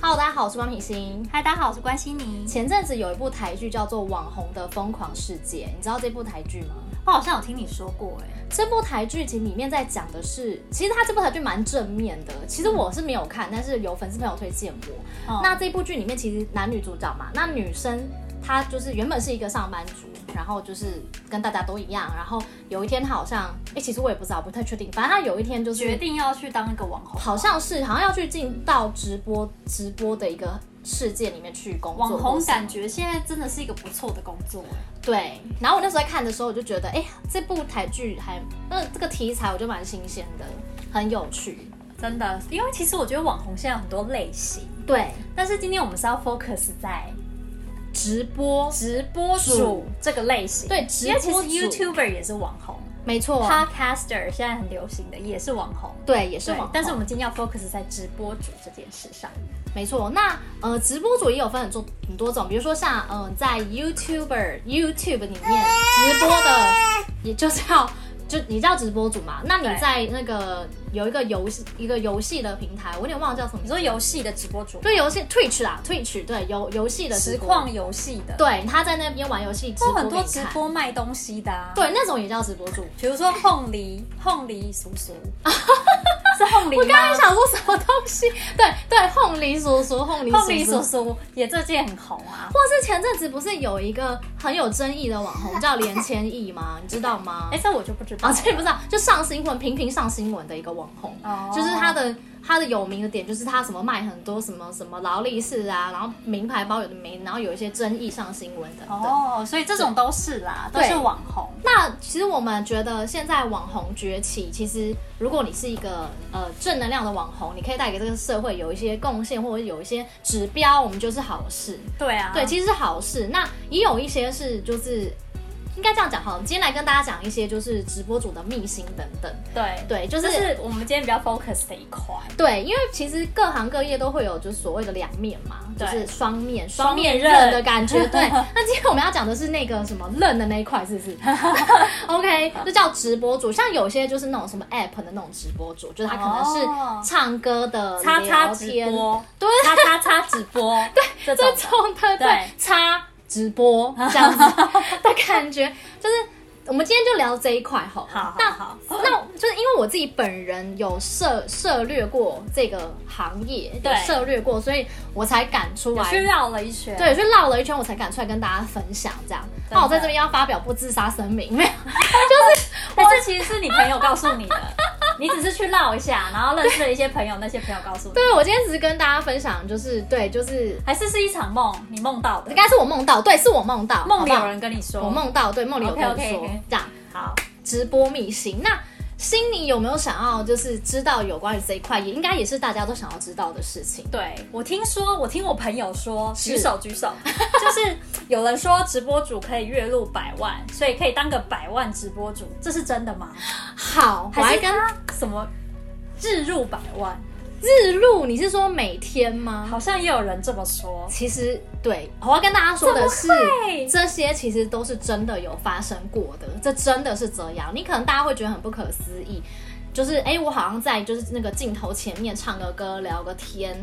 Hello，大家好，我是关品欣。嗨，大家好，我是关心妮。前阵子有一部台剧叫做《网红的疯狂世界》，你知道这部台剧吗？我好像有听你说过、哎，这部台剧其实里面在讲的是，其实它这部台剧蛮正面的。其实我是没有看，但是有粉丝朋友推荐我。哦那这部剧里面其实男女主角嘛，那女生她就是原本是一个上班族，然后就是跟大家都一样，然后有一天她好像，哎、其实我也不知道，不太确定，反正她有一天就是决定要去当一个网红，好像是好像要去进到直播直播的一个世界里面去工作，网红感觉现在真的是一个不错的工作、哎，对。然后我那时候在看的时候，我就觉得，哎、这部台剧还嗯那这个题材我就蛮新鲜的，很有趣。真的。因为其实我觉得网红现在有很多类型，对，但是今天我们是要 focus 在直播直播主主这个类型，对直因播为主其实 YouTuber 也是网红没错， ，Podcaster 现在很流行的也是网红。对也是对网红，但是我们今天要 focus 在直播主这件事上。没错。那呃，直播主也有分很多很多种，比如说像嗯、呃在 YouTuber YouTube 里面直播的， 也就是要就你叫直播主嘛。那你对在那个有一个游戏一个游戏的平台，我有点忘了叫什么你，说游戏的直播主，对游戏 Twitch 啦，Twitch 对游游戏的实直播况，游戏的，，对他在那边玩游戏直有播很给多你直看播卖东西的啊。对那种也叫直播主。比如说凤梨，凤梨叔 叔，是凤梨我刚才吗？想说什么东西？对对，凤梨叔叔，凤梨凤梨叔叔叔也最近很红啊。或是前阵子不是有一个很有争议的网红叫连千亿吗？你知道吗？哎，这我就不知道啊，了。这不知道，就上新闻，频频上新闻的一个网红，哦就是他的他的有名的点就是他什么卖很多什么什么劳力士啊，然后名牌包有的没，然后有一些争议上新闻等等。哦，所以这种都是啦，都对是网红。那其实我们觉得现在网红崛起，其实如果你是一个呃正能量的网红，你可以带给这个社会有一些贡献，或者有一些指标，我们就是好事。对啊，对，其实是好事。那也有一些是就是应该这样讲好了，今天来跟大家讲一些就是直播主的秘辛等等。对对，对，就。就是是我们今天比较 focus 的一块。对，因为其实各行各业都会有就是所谓的两面嘛，就是对双面双面面刃刃的感 觉。对，那今天我们要讲的是那个什么刃的那一块，是不 是？OK，就叫直播主，像有些就是那种什么 App 的那种直播主，就是他可能哦是唱歌的、叉叉聊直天，播，对，叉叉叉直播， 对，这这种种的对对插直播这 样子的感觉，就是我们今天就聊这一块好了。好好那好 那就是因为我自己本人有涉涉略过这个行业，有对涉略过，所以我才敢出我去来。绕了一圈。对，去绕了一圈，我才敢出来跟大家分享这样。真的那我在这边要发表不自杀声明，没 有？但这其实是你朋友告诉 你的，你只是去绕一下，然后认识了一些朋友，那些朋友告诉你，对，我今天只是跟大家分享，就是对，就是还是是一场梦，你梦到的应。该是我梦到，对，是我梦到，梦里好不有好人跟你说，我梦到，对，梦里有跟我 OK，OK，说 OK 这样。好，直播秘辛。那心里有没有想要就是知道有关于这一块，也应该也是大家都想要知道的事情。对我听说，我听我朋友说，是举手举手， 就是有人说直播主可以月入百万，所以可以当个百万直播主，这是真的吗？好，我还来是跟什么日入百万？日录，你是说每天吗？好像也有人这么说。其实对，我要跟大家说的是怎么，会这些其实都是真的有发生过的，这真的是这样。你可能大家会觉得很不可思议，就是哎、诶我好像在就是那个镜头前面唱个歌、聊个天，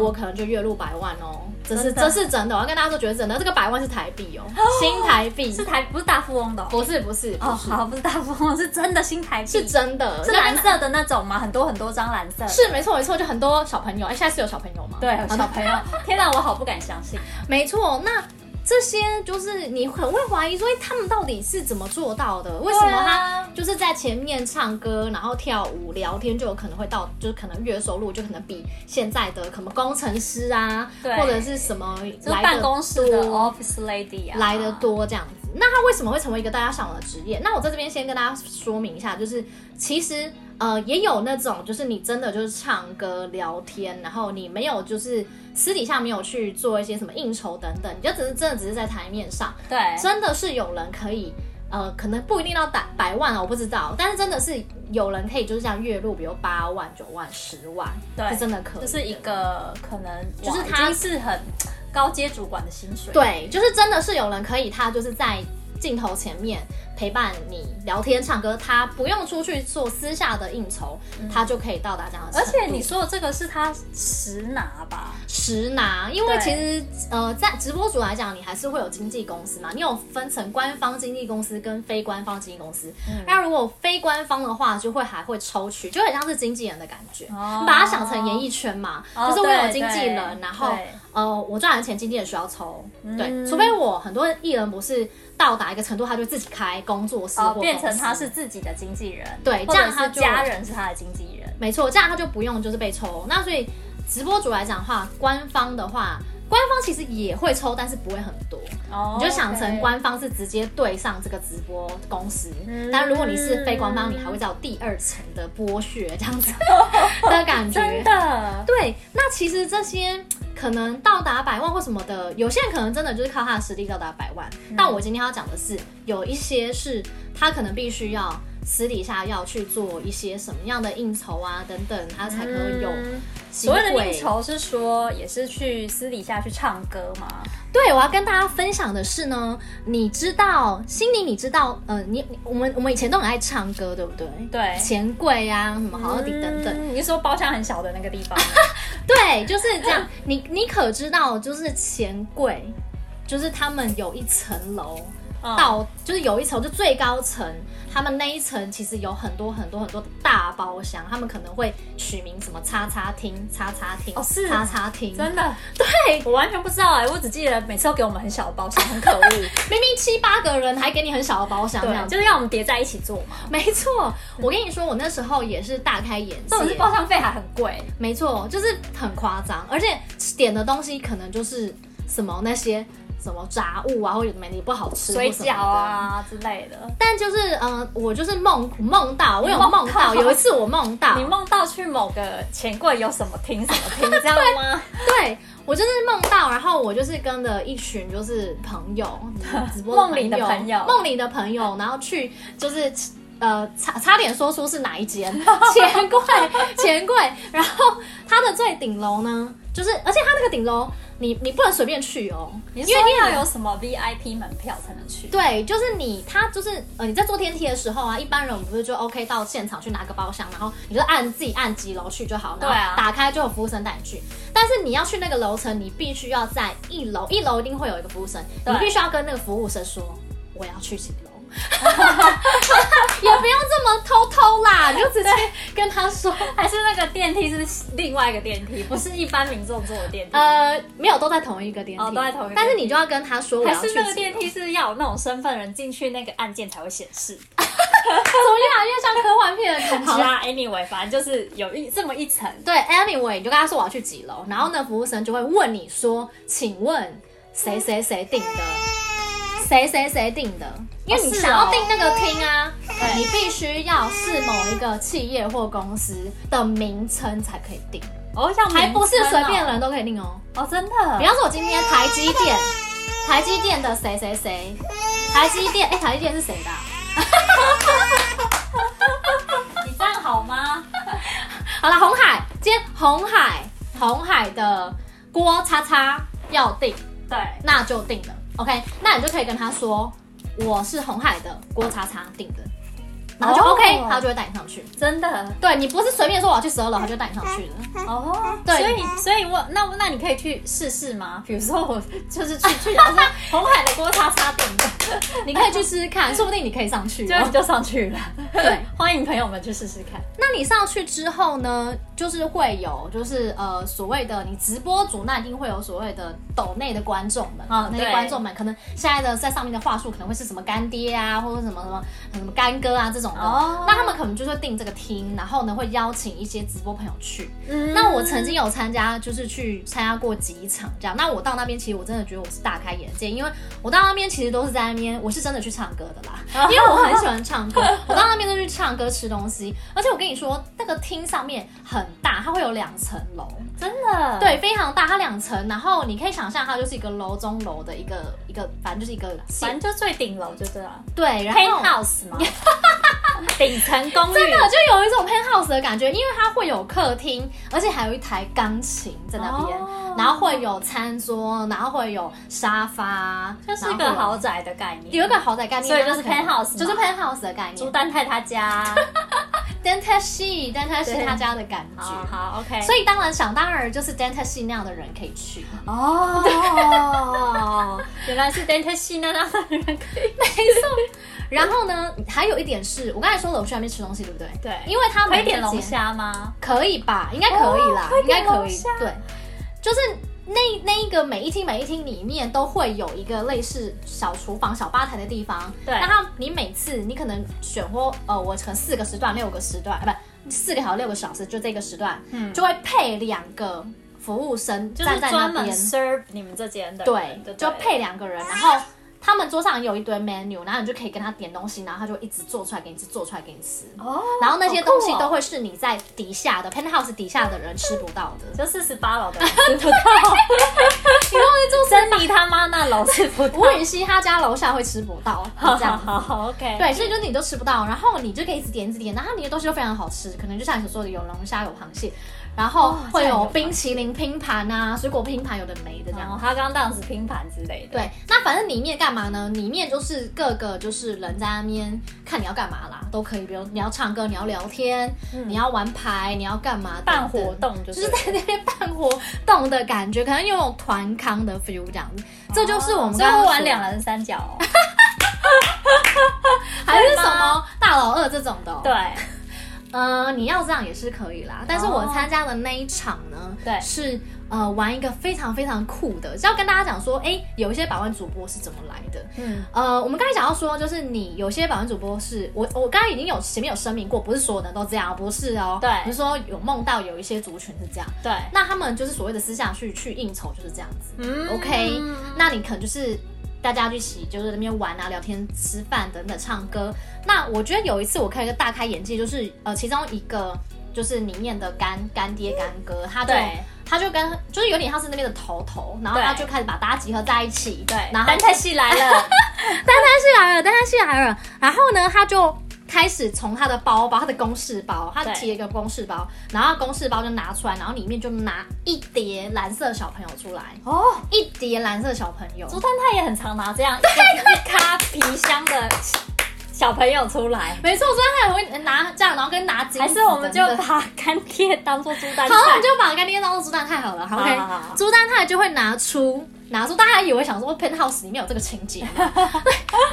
我可能就月入百万哦，这是真的这是嗯真的。我要跟大家说，觉得真的，这个百万是台 币哦，新台币是台不是大富翁的哦，不是不是哦不是好，不是大富翁，是真的新台币，是真的，是那蓝色的那种吗？很多很多张蓝色的。是没错没错，就很多小朋友，哎，现在是有小朋友吗？对，好有小朋友，天哪，我好不敢相信。 没错。那这些就是你很会怀疑说，哎，他们到底是怎么做到的？为什么他他就是在前面唱歌，然后跳舞、聊天，就有可能会到，就是可能月收入就可能比现在的可能工程师啊，对或者是什么就是来办得公室的多 office lady 啊，来的多这样子。那他为什么会成为一个大家向往的职业？那我在这边先跟大家说明一下，就是其实呃也有那种，就是你真的就是唱歌聊天，然后你没有就是私底下没有去做一些什么应酬等等，你就只是真的只是在台面上，对，真的是有人可以。呃，可能不一定到百百万啊，我不知道，但是真的是有人可以就是这样月入，比如八万、九万、十万，对是真的可以的，就是一个可能就是哇他已经是很高阶主管的薪水，对，就是真的是有人可以，他就是在镜头前面陪伴你聊天唱歌，他不用出去做私下的应酬，他就可以到达这样的程而度。且你说的这个是他实拿吧？实拿，因为对其实呃，在直播主来讲，你还是会有经纪公司嘛，你有分成官方经纪公司跟非官方经纪公司。那、如果非官方的话，就会还会抽取，就很像是经纪人的感觉，哦你把它想成演艺圈嘛，哦就是我有对经纪人，对然后对呃，我赚来的钱经纪人需要抽，嗯对，除非我很多艺人不是到达一个程度，他就自己开工作室或、哦，变成他是。自己的经纪人，对或这样者他是就家人是他的经纪人。没错，这样他就不用就是被抽。那所以直播主来讲的话，官方的话，官方其实也会抽，但是不会很多。哦你就想成 OK 官方是直接对上这个直播公司，嗯但如果你是非官方，你还会再有第二层的剥削这 样子的感觉。真的，对，那其实这些可能到达百万或什么的，有些人可能真的就是靠他的实力到达百万。嗯但我今天要讲的是，有一些是他可能必须要私底下要去做一些什么样的应酬啊等等，他才可能有嗯机所会。谓的应酬是说也是去私底下去唱歌嘛？对，我要跟大家分享的是呢，你知道，心里你知道，呃，你你我们我们以前都很爱唱歌，对不对？对钱柜啊，什么好好迪等等，嗯你是说包厢很小的那个地方吗？对，就是这样。你你可知道，就是钱柜，就是他们有一层楼。嗯到就是有一层，就最高层，他们那一层其实有很多很多很多的大包厢，他们可能会取名什么叉叉厅、叉叉厅、哦是叉叉厅，真的， 对我完全不知道哎、我只记得每次都给我们很小的包厢，很可恶。明明七八个人还给你很小的包厢，这样啊对，就是要我们叠在一起做嘛。没错，我跟你说，我那时候也是大开眼这种是啊界。包厢费还很贵，没错，就是很夸张，而且点的东西可能就是什么那些什么杂物啊，或者没你不好吃，水饺。啊之类的。但就是嗯、呃我就是梦梦到，我有 梦梦到，到有一次我梦到你，梦到去某个钱柜有什么厅什么 厅这样吗？对我就是梦到，然后我就是跟着一群就是朋 友，直播梦里的朋友梦里的朋友，然后去就是。呃，差差点说出是哪一 间钱柜，钱柜。然后它的最顶楼呢，就是而且它那个顶楼，你你不能随便去哦，你因说为你要有什么 VIP 门票才能去？对，就是你，他就是呃，你在坐电梯的时候啊，一般人我们不是就 OK 到现场去拿个包厢，然后你就按自己按几楼去就好，然后对啊打开就有服务生带你去。但是你要去那个楼层，你必须要在一楼，一楼一定会有一个服务生，你对必须要跟那个服务生说我要去几楼。 也不用这么偷偷 啦，你就直接跟他说，还是那个电梯是另外一个电 梯，不是一般民众坐的电梯？呃，没有都在同一个电梯，哦都在同一个但是你就要跟他说我还要去是几楼，那个电梯是要有那种身份人进去那个按键才会显示？怎么越来越像科幻片的感好啊觉？啦，anyway，反正就是有一这么一层。对，anyway，你就跟他说我要去几楼，然后呢，服务生就会问你说，请问谁谁谁订的？谁谁谁订的？因为你是哦想要订那个厅啊，你必须要是某一个企业或公司的名称才可以订，哦，像还不是名称随哦便人都可以订哦。哦，真的比。方说，我今天台积电，台积电的谁谁谁，台积电，哎、台积电是谁的啊、你这样好吗？好了，红海，今天红海，红海的郭叉叉要订。对，那就定了。OK，那你就可以跟他说我是红海的郭叉叉定的，然后就哦 OK，、他就会带你上去。真的对你不是随便说我要去十二楼，他就带你上去的。哦。对所以所以我那那你可以去试试吗？ 比如说我就是去去，然后是红海的锅叉叉定的， 你可以去试试看，说不定你可以上去、就哦。就上去了。对， 欢迎朋友们去试试看。那你上去之后呢，就是会有就是呃所谓的你直播主，那一定会有所谓的抖内的观众们，嗯那些对观众们可能现在的在上面的话术可能会是什么干爹啊，或者什么什么什么干哥啊这种的，哦那他们可能就会订这个厅，然后呢会邀请一些直播朋友去。嗯那我曾经有参加，就是去参加过几场这样。那我到那边，其实我真的觉得我是大开眼界，因为我到那边其实都是在那边，我是真的去唱歌的啦，因为我很喜欢唱歌。我到那边就去唱歌、吃东西，而且我跟你说，那个厅上面很大，它会有两层楼，真的对，非常大，它两层。然后你可以想象，它就是一个楼中楼的一个一个，反正就是一个反正就最顶楼就对了。对，然后 Penthouse 嘛，顶层公寓真的就有一种 penthouse 的感觉，因为它会有客厅，而且还有一台钢琴在那边，哦然后会有餐桌，然后会有沙发，就是一然个后会有豪宅的概念。有一个豪宅概念，所以就是然后可 penthouse 能就是嘛 penthouse 的概朱念丹泰 他家， ，dentist 系 dentist 系对他家的感觉。好哦好 OK，所以以当然想当然就是 dentist 系那样的人可以去， 哦， 原来是 dentist 系那那的人可以，然后呢，还有一点是我刚才说了，我去那边吃东西，对不对？对因为他可每以一间点龙虾吗？可以吧？应该可以啦，哦可以应该点可龙以虾。对，就是那那一个每一厅每一厅里面都会有一个类似小厨房、小吧台的地方。对那它你每次你可能选或呃，我可能四个时段、六个时段，啊不，四个小时、六个小时，就这个时段，嗯就会配两个服务生就站是在那专门边， serve 你们这间的对人，对，就配两个人，然后。他们桌上有一堆 menu，然后你就可以跟他点东西，然后他就一直做出来给你吃，做出来给你吃。哦，然后那些东西好酷哦都会是你在底下的 penthouse 底下的人吃不到的。就四十八楼的人吃不到， 你忘记住珍妮他妈那楼吃 不到吴。允熙他家楼下会吃不到，好这样子好好，OK。对，所以就是你都吃不到，然后你就可以一直点一直点，然后你的东西都非常好吃，可能就像你所说的有龙虾有螃蟹，然后哦会这样有有冰淇淋拼盘啊，水果拼盘有的没的这然样。后哦他刚当时拼盘之类的。对，那反正里面干嘛呢？里面就是各个就是人在那边看你要干嘛啦，都可以，比如你要唱歌，你要聊天，嗯你要玩牌，你要干嘛办等等活动就就是是在那边办活动的感觉，可能有种团康的 feel 这样子。这就是我们最刚后刚玩说两人三角 哦。还是对吗什么大老二这种的、哦。对，，呃，你要这样也是可以啦。但是我哦参加的那一场呢，对是呃玩一个非常非常酷的，是要跟大家讲说，哎，有一些百万主播是怎么来的。嗯，呃，我们刚才讲到说，就是你有些百万主播是我，我刚才已经有前面有声明过，不是所有人都这样，不是哦。对比如说有梦到有一些族群是这样，对，那他们就是所谓的私下去去应酬就是这样子。嗯 OK，那你可能就是大家一起就是在那边玩啊、聊天、吃饭等等、唱歌。那我觉得有一次我看一个大开眼界，就是呃，其中一个就是里面的干干爹干哥，他就对他就跟就是有点像是那边的头头，然后他对就开始把大家集合在一起， 对，然后哦单太戏 来了，他是来了，但他是来了。然后呢，他就开始从他的包包，他的公事包，他对提了一个公事包，然后公事包就拿出来，然后里面就拿一叠蓝色小朋友出来，哦，一叠蓝色小朋友。朱丹泰也很常拿这样一个一咖皮箱的小朋友出来，没错，所以他也会拿 这样，然后跟拿金还子是我们就等等把干爹当做朱 丹好，我泰们就把干爹当做朱丹泰好了。好好 OK，好好好朱丹泰就会拿出拿出，大家以为想说哦 penthouse 里面有这个情节 吗？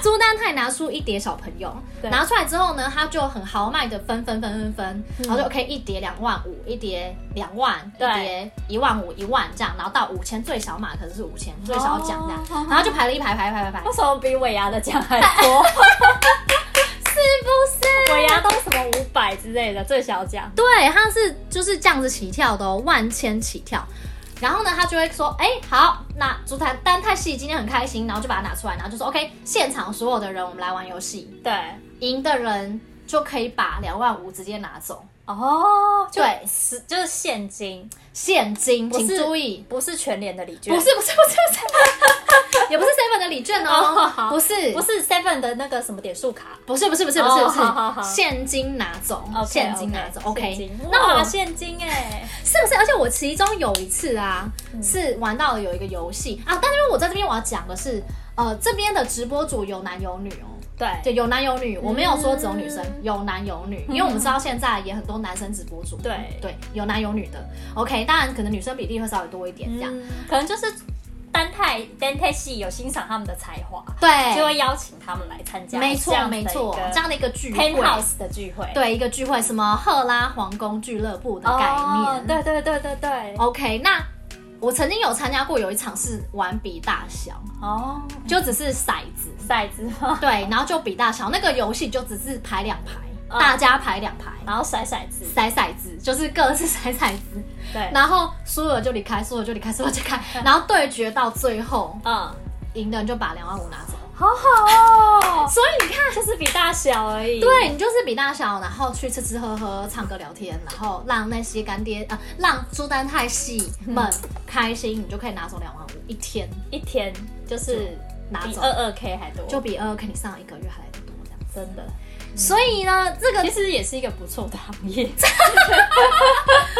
朱丹泰拿出一叠小朋友，对拿出来之后呢，他就很豪迈的分分分分分，然后就 OK 一叠两万五，一叠两万，一嗯对叠一万五一万这样，然后到五千最小码可能是五千最小奖这样哦好好，然后就排了一排排排排排，为什么比尾牙的奖还 多？是不是？尾牙都什么五百之类的最小奖，对，他是就是这样子起跳的哦，万千起跳。然后呢，他就会说，哎、好，那竹坛单太戏今天很开心，然后就把它拿出来，然后就说，OK，现场所有的人，我们来玩游戏，对，赢的人就可以把两万五直接拿走，哦，就对是就是现金，现金，不请是注意，不是全联的礼券，不是不是不是不是，也不是 seven 的礼券哦哦，好不是不是 Seven 的那个什么点数卡，不是不是不是不是哦不是好好好，现金拿走 OK，现金拿走，OK，那那我我现金哎，是不是？而且我其中有一次啊，是玩到了有一个游戏啊，但是因为我在这边我要讲的是，呃，这边的直播主有男有女哦。对对，有男有女，我没有说只有女生，嗯有男有女，因为我们知道现在也很多男生直播主，对对，有男有女的。OK，当然可能女生比例会稍微多一点这样，嗯可能就是单泰单泰系有欣赏他们的才华，就对，会邀请他们来参加，没错没错，这样的一个聚会 Pen House 的聚会，对，一个聚会，什么赫拉皇宫俱乐部的哦，概念，对对对对对， OK，那我曾经有参加过有一场是玩比大小，哦，就只是骰子，骰子吗？对，然后就比大小，那个游戏就只是排两排，嗯大家排两排，然后甩骰子，骰骰子，就是各自骰骰子，对，然后输了就离开，输了就离开，输了就离开，然后对决到最后，嗯，赢的人就把两万五拿走。好好哦，所以你看，就是比大小而已，对你就是比大小，然后去吃吃喝喝、唱歌聊天，然后让那些干爹啊、让朱丹泰系们开心，你就可以拿走两万五一天。一天就是拿比走二二 K 还多，就比二二 K 你上一个月还来得多这样子。真的。所以呢，这个其实也是一个不错的行 业。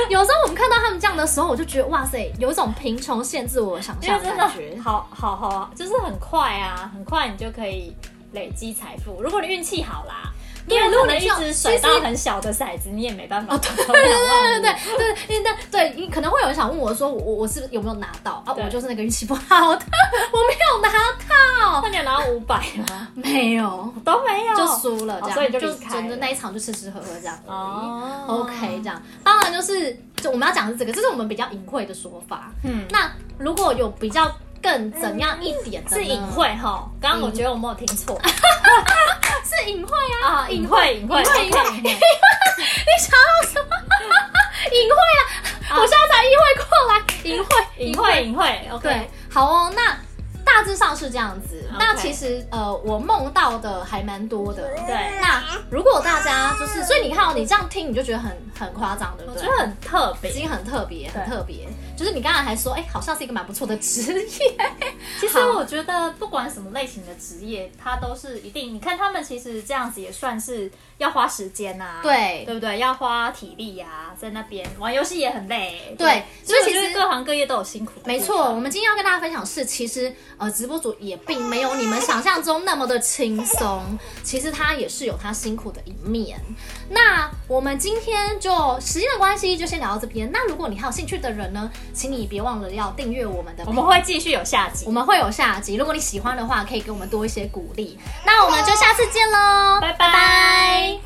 有时候我们看到他们这样的时候，我就觉得哇塞，有一种贫穷限制我想因为象真的的感觉。好好好，就是很快啊，很快你就可以累积财富。如果你运气好啦，对因为如果啊可能你一这样直甩其到实很小的骰子，你也没办法得到两万对对五。对对，那对你可能会有人想问我说，我我我是不是有没有拿到啊？对我就是那个运气不好的，我没有拿到，那你有拿五百吗？没有 都没有，就输了，这哦样、所以就就离开了真的那一场就吃吃喝喝这样而已。哦 OK，这样当然就是就我们要讲的是这个，这是我们比较隐晦的说法。嗯，那如果有比较更怎样一点的呢，是隐晦哈。刚刚我觉得我没有听错是隐晦啊，啊，隐晦嗯隐隐晦晦 OK，隐晦隐晦 你想要什么？隐晦啊，我现在才意会过来，隐晦 隐晦隐晦 OK，对，好哦，那大致上是这样子。 OK 那其实呃，我梦到的还蛮多的。对那如果大家就是，所以你看哦，你这样听你就觉得很很夸张，对不我对？觉得很特别已。经很特别，很对特别。就是你刚才还说，哎、好像是一个蛮不错的职业。其实好我觉得，不管什么类型的职业，它都是一定。你看他们其实这样子也算是要花时间呐、啊，对对不对？要花体力呀、在那边玩游戏也很累，对所以所其以其实实各行各业都有辛苦的地方。没错，我们今天要跟大家分享是，其实呃，直播主也并没有你们想象中那么的轻松，其实他也是有他辛苦的一面。那我们今天就时间的关系，就先聊到这边。那如果你还有兴趣的人呢，请你别忘了要订阅我们的我。们会继续有下集我。们会有下集，如果你喜欢的话，可以给我们多一些鼓励。那我们就下次见喽，拜拜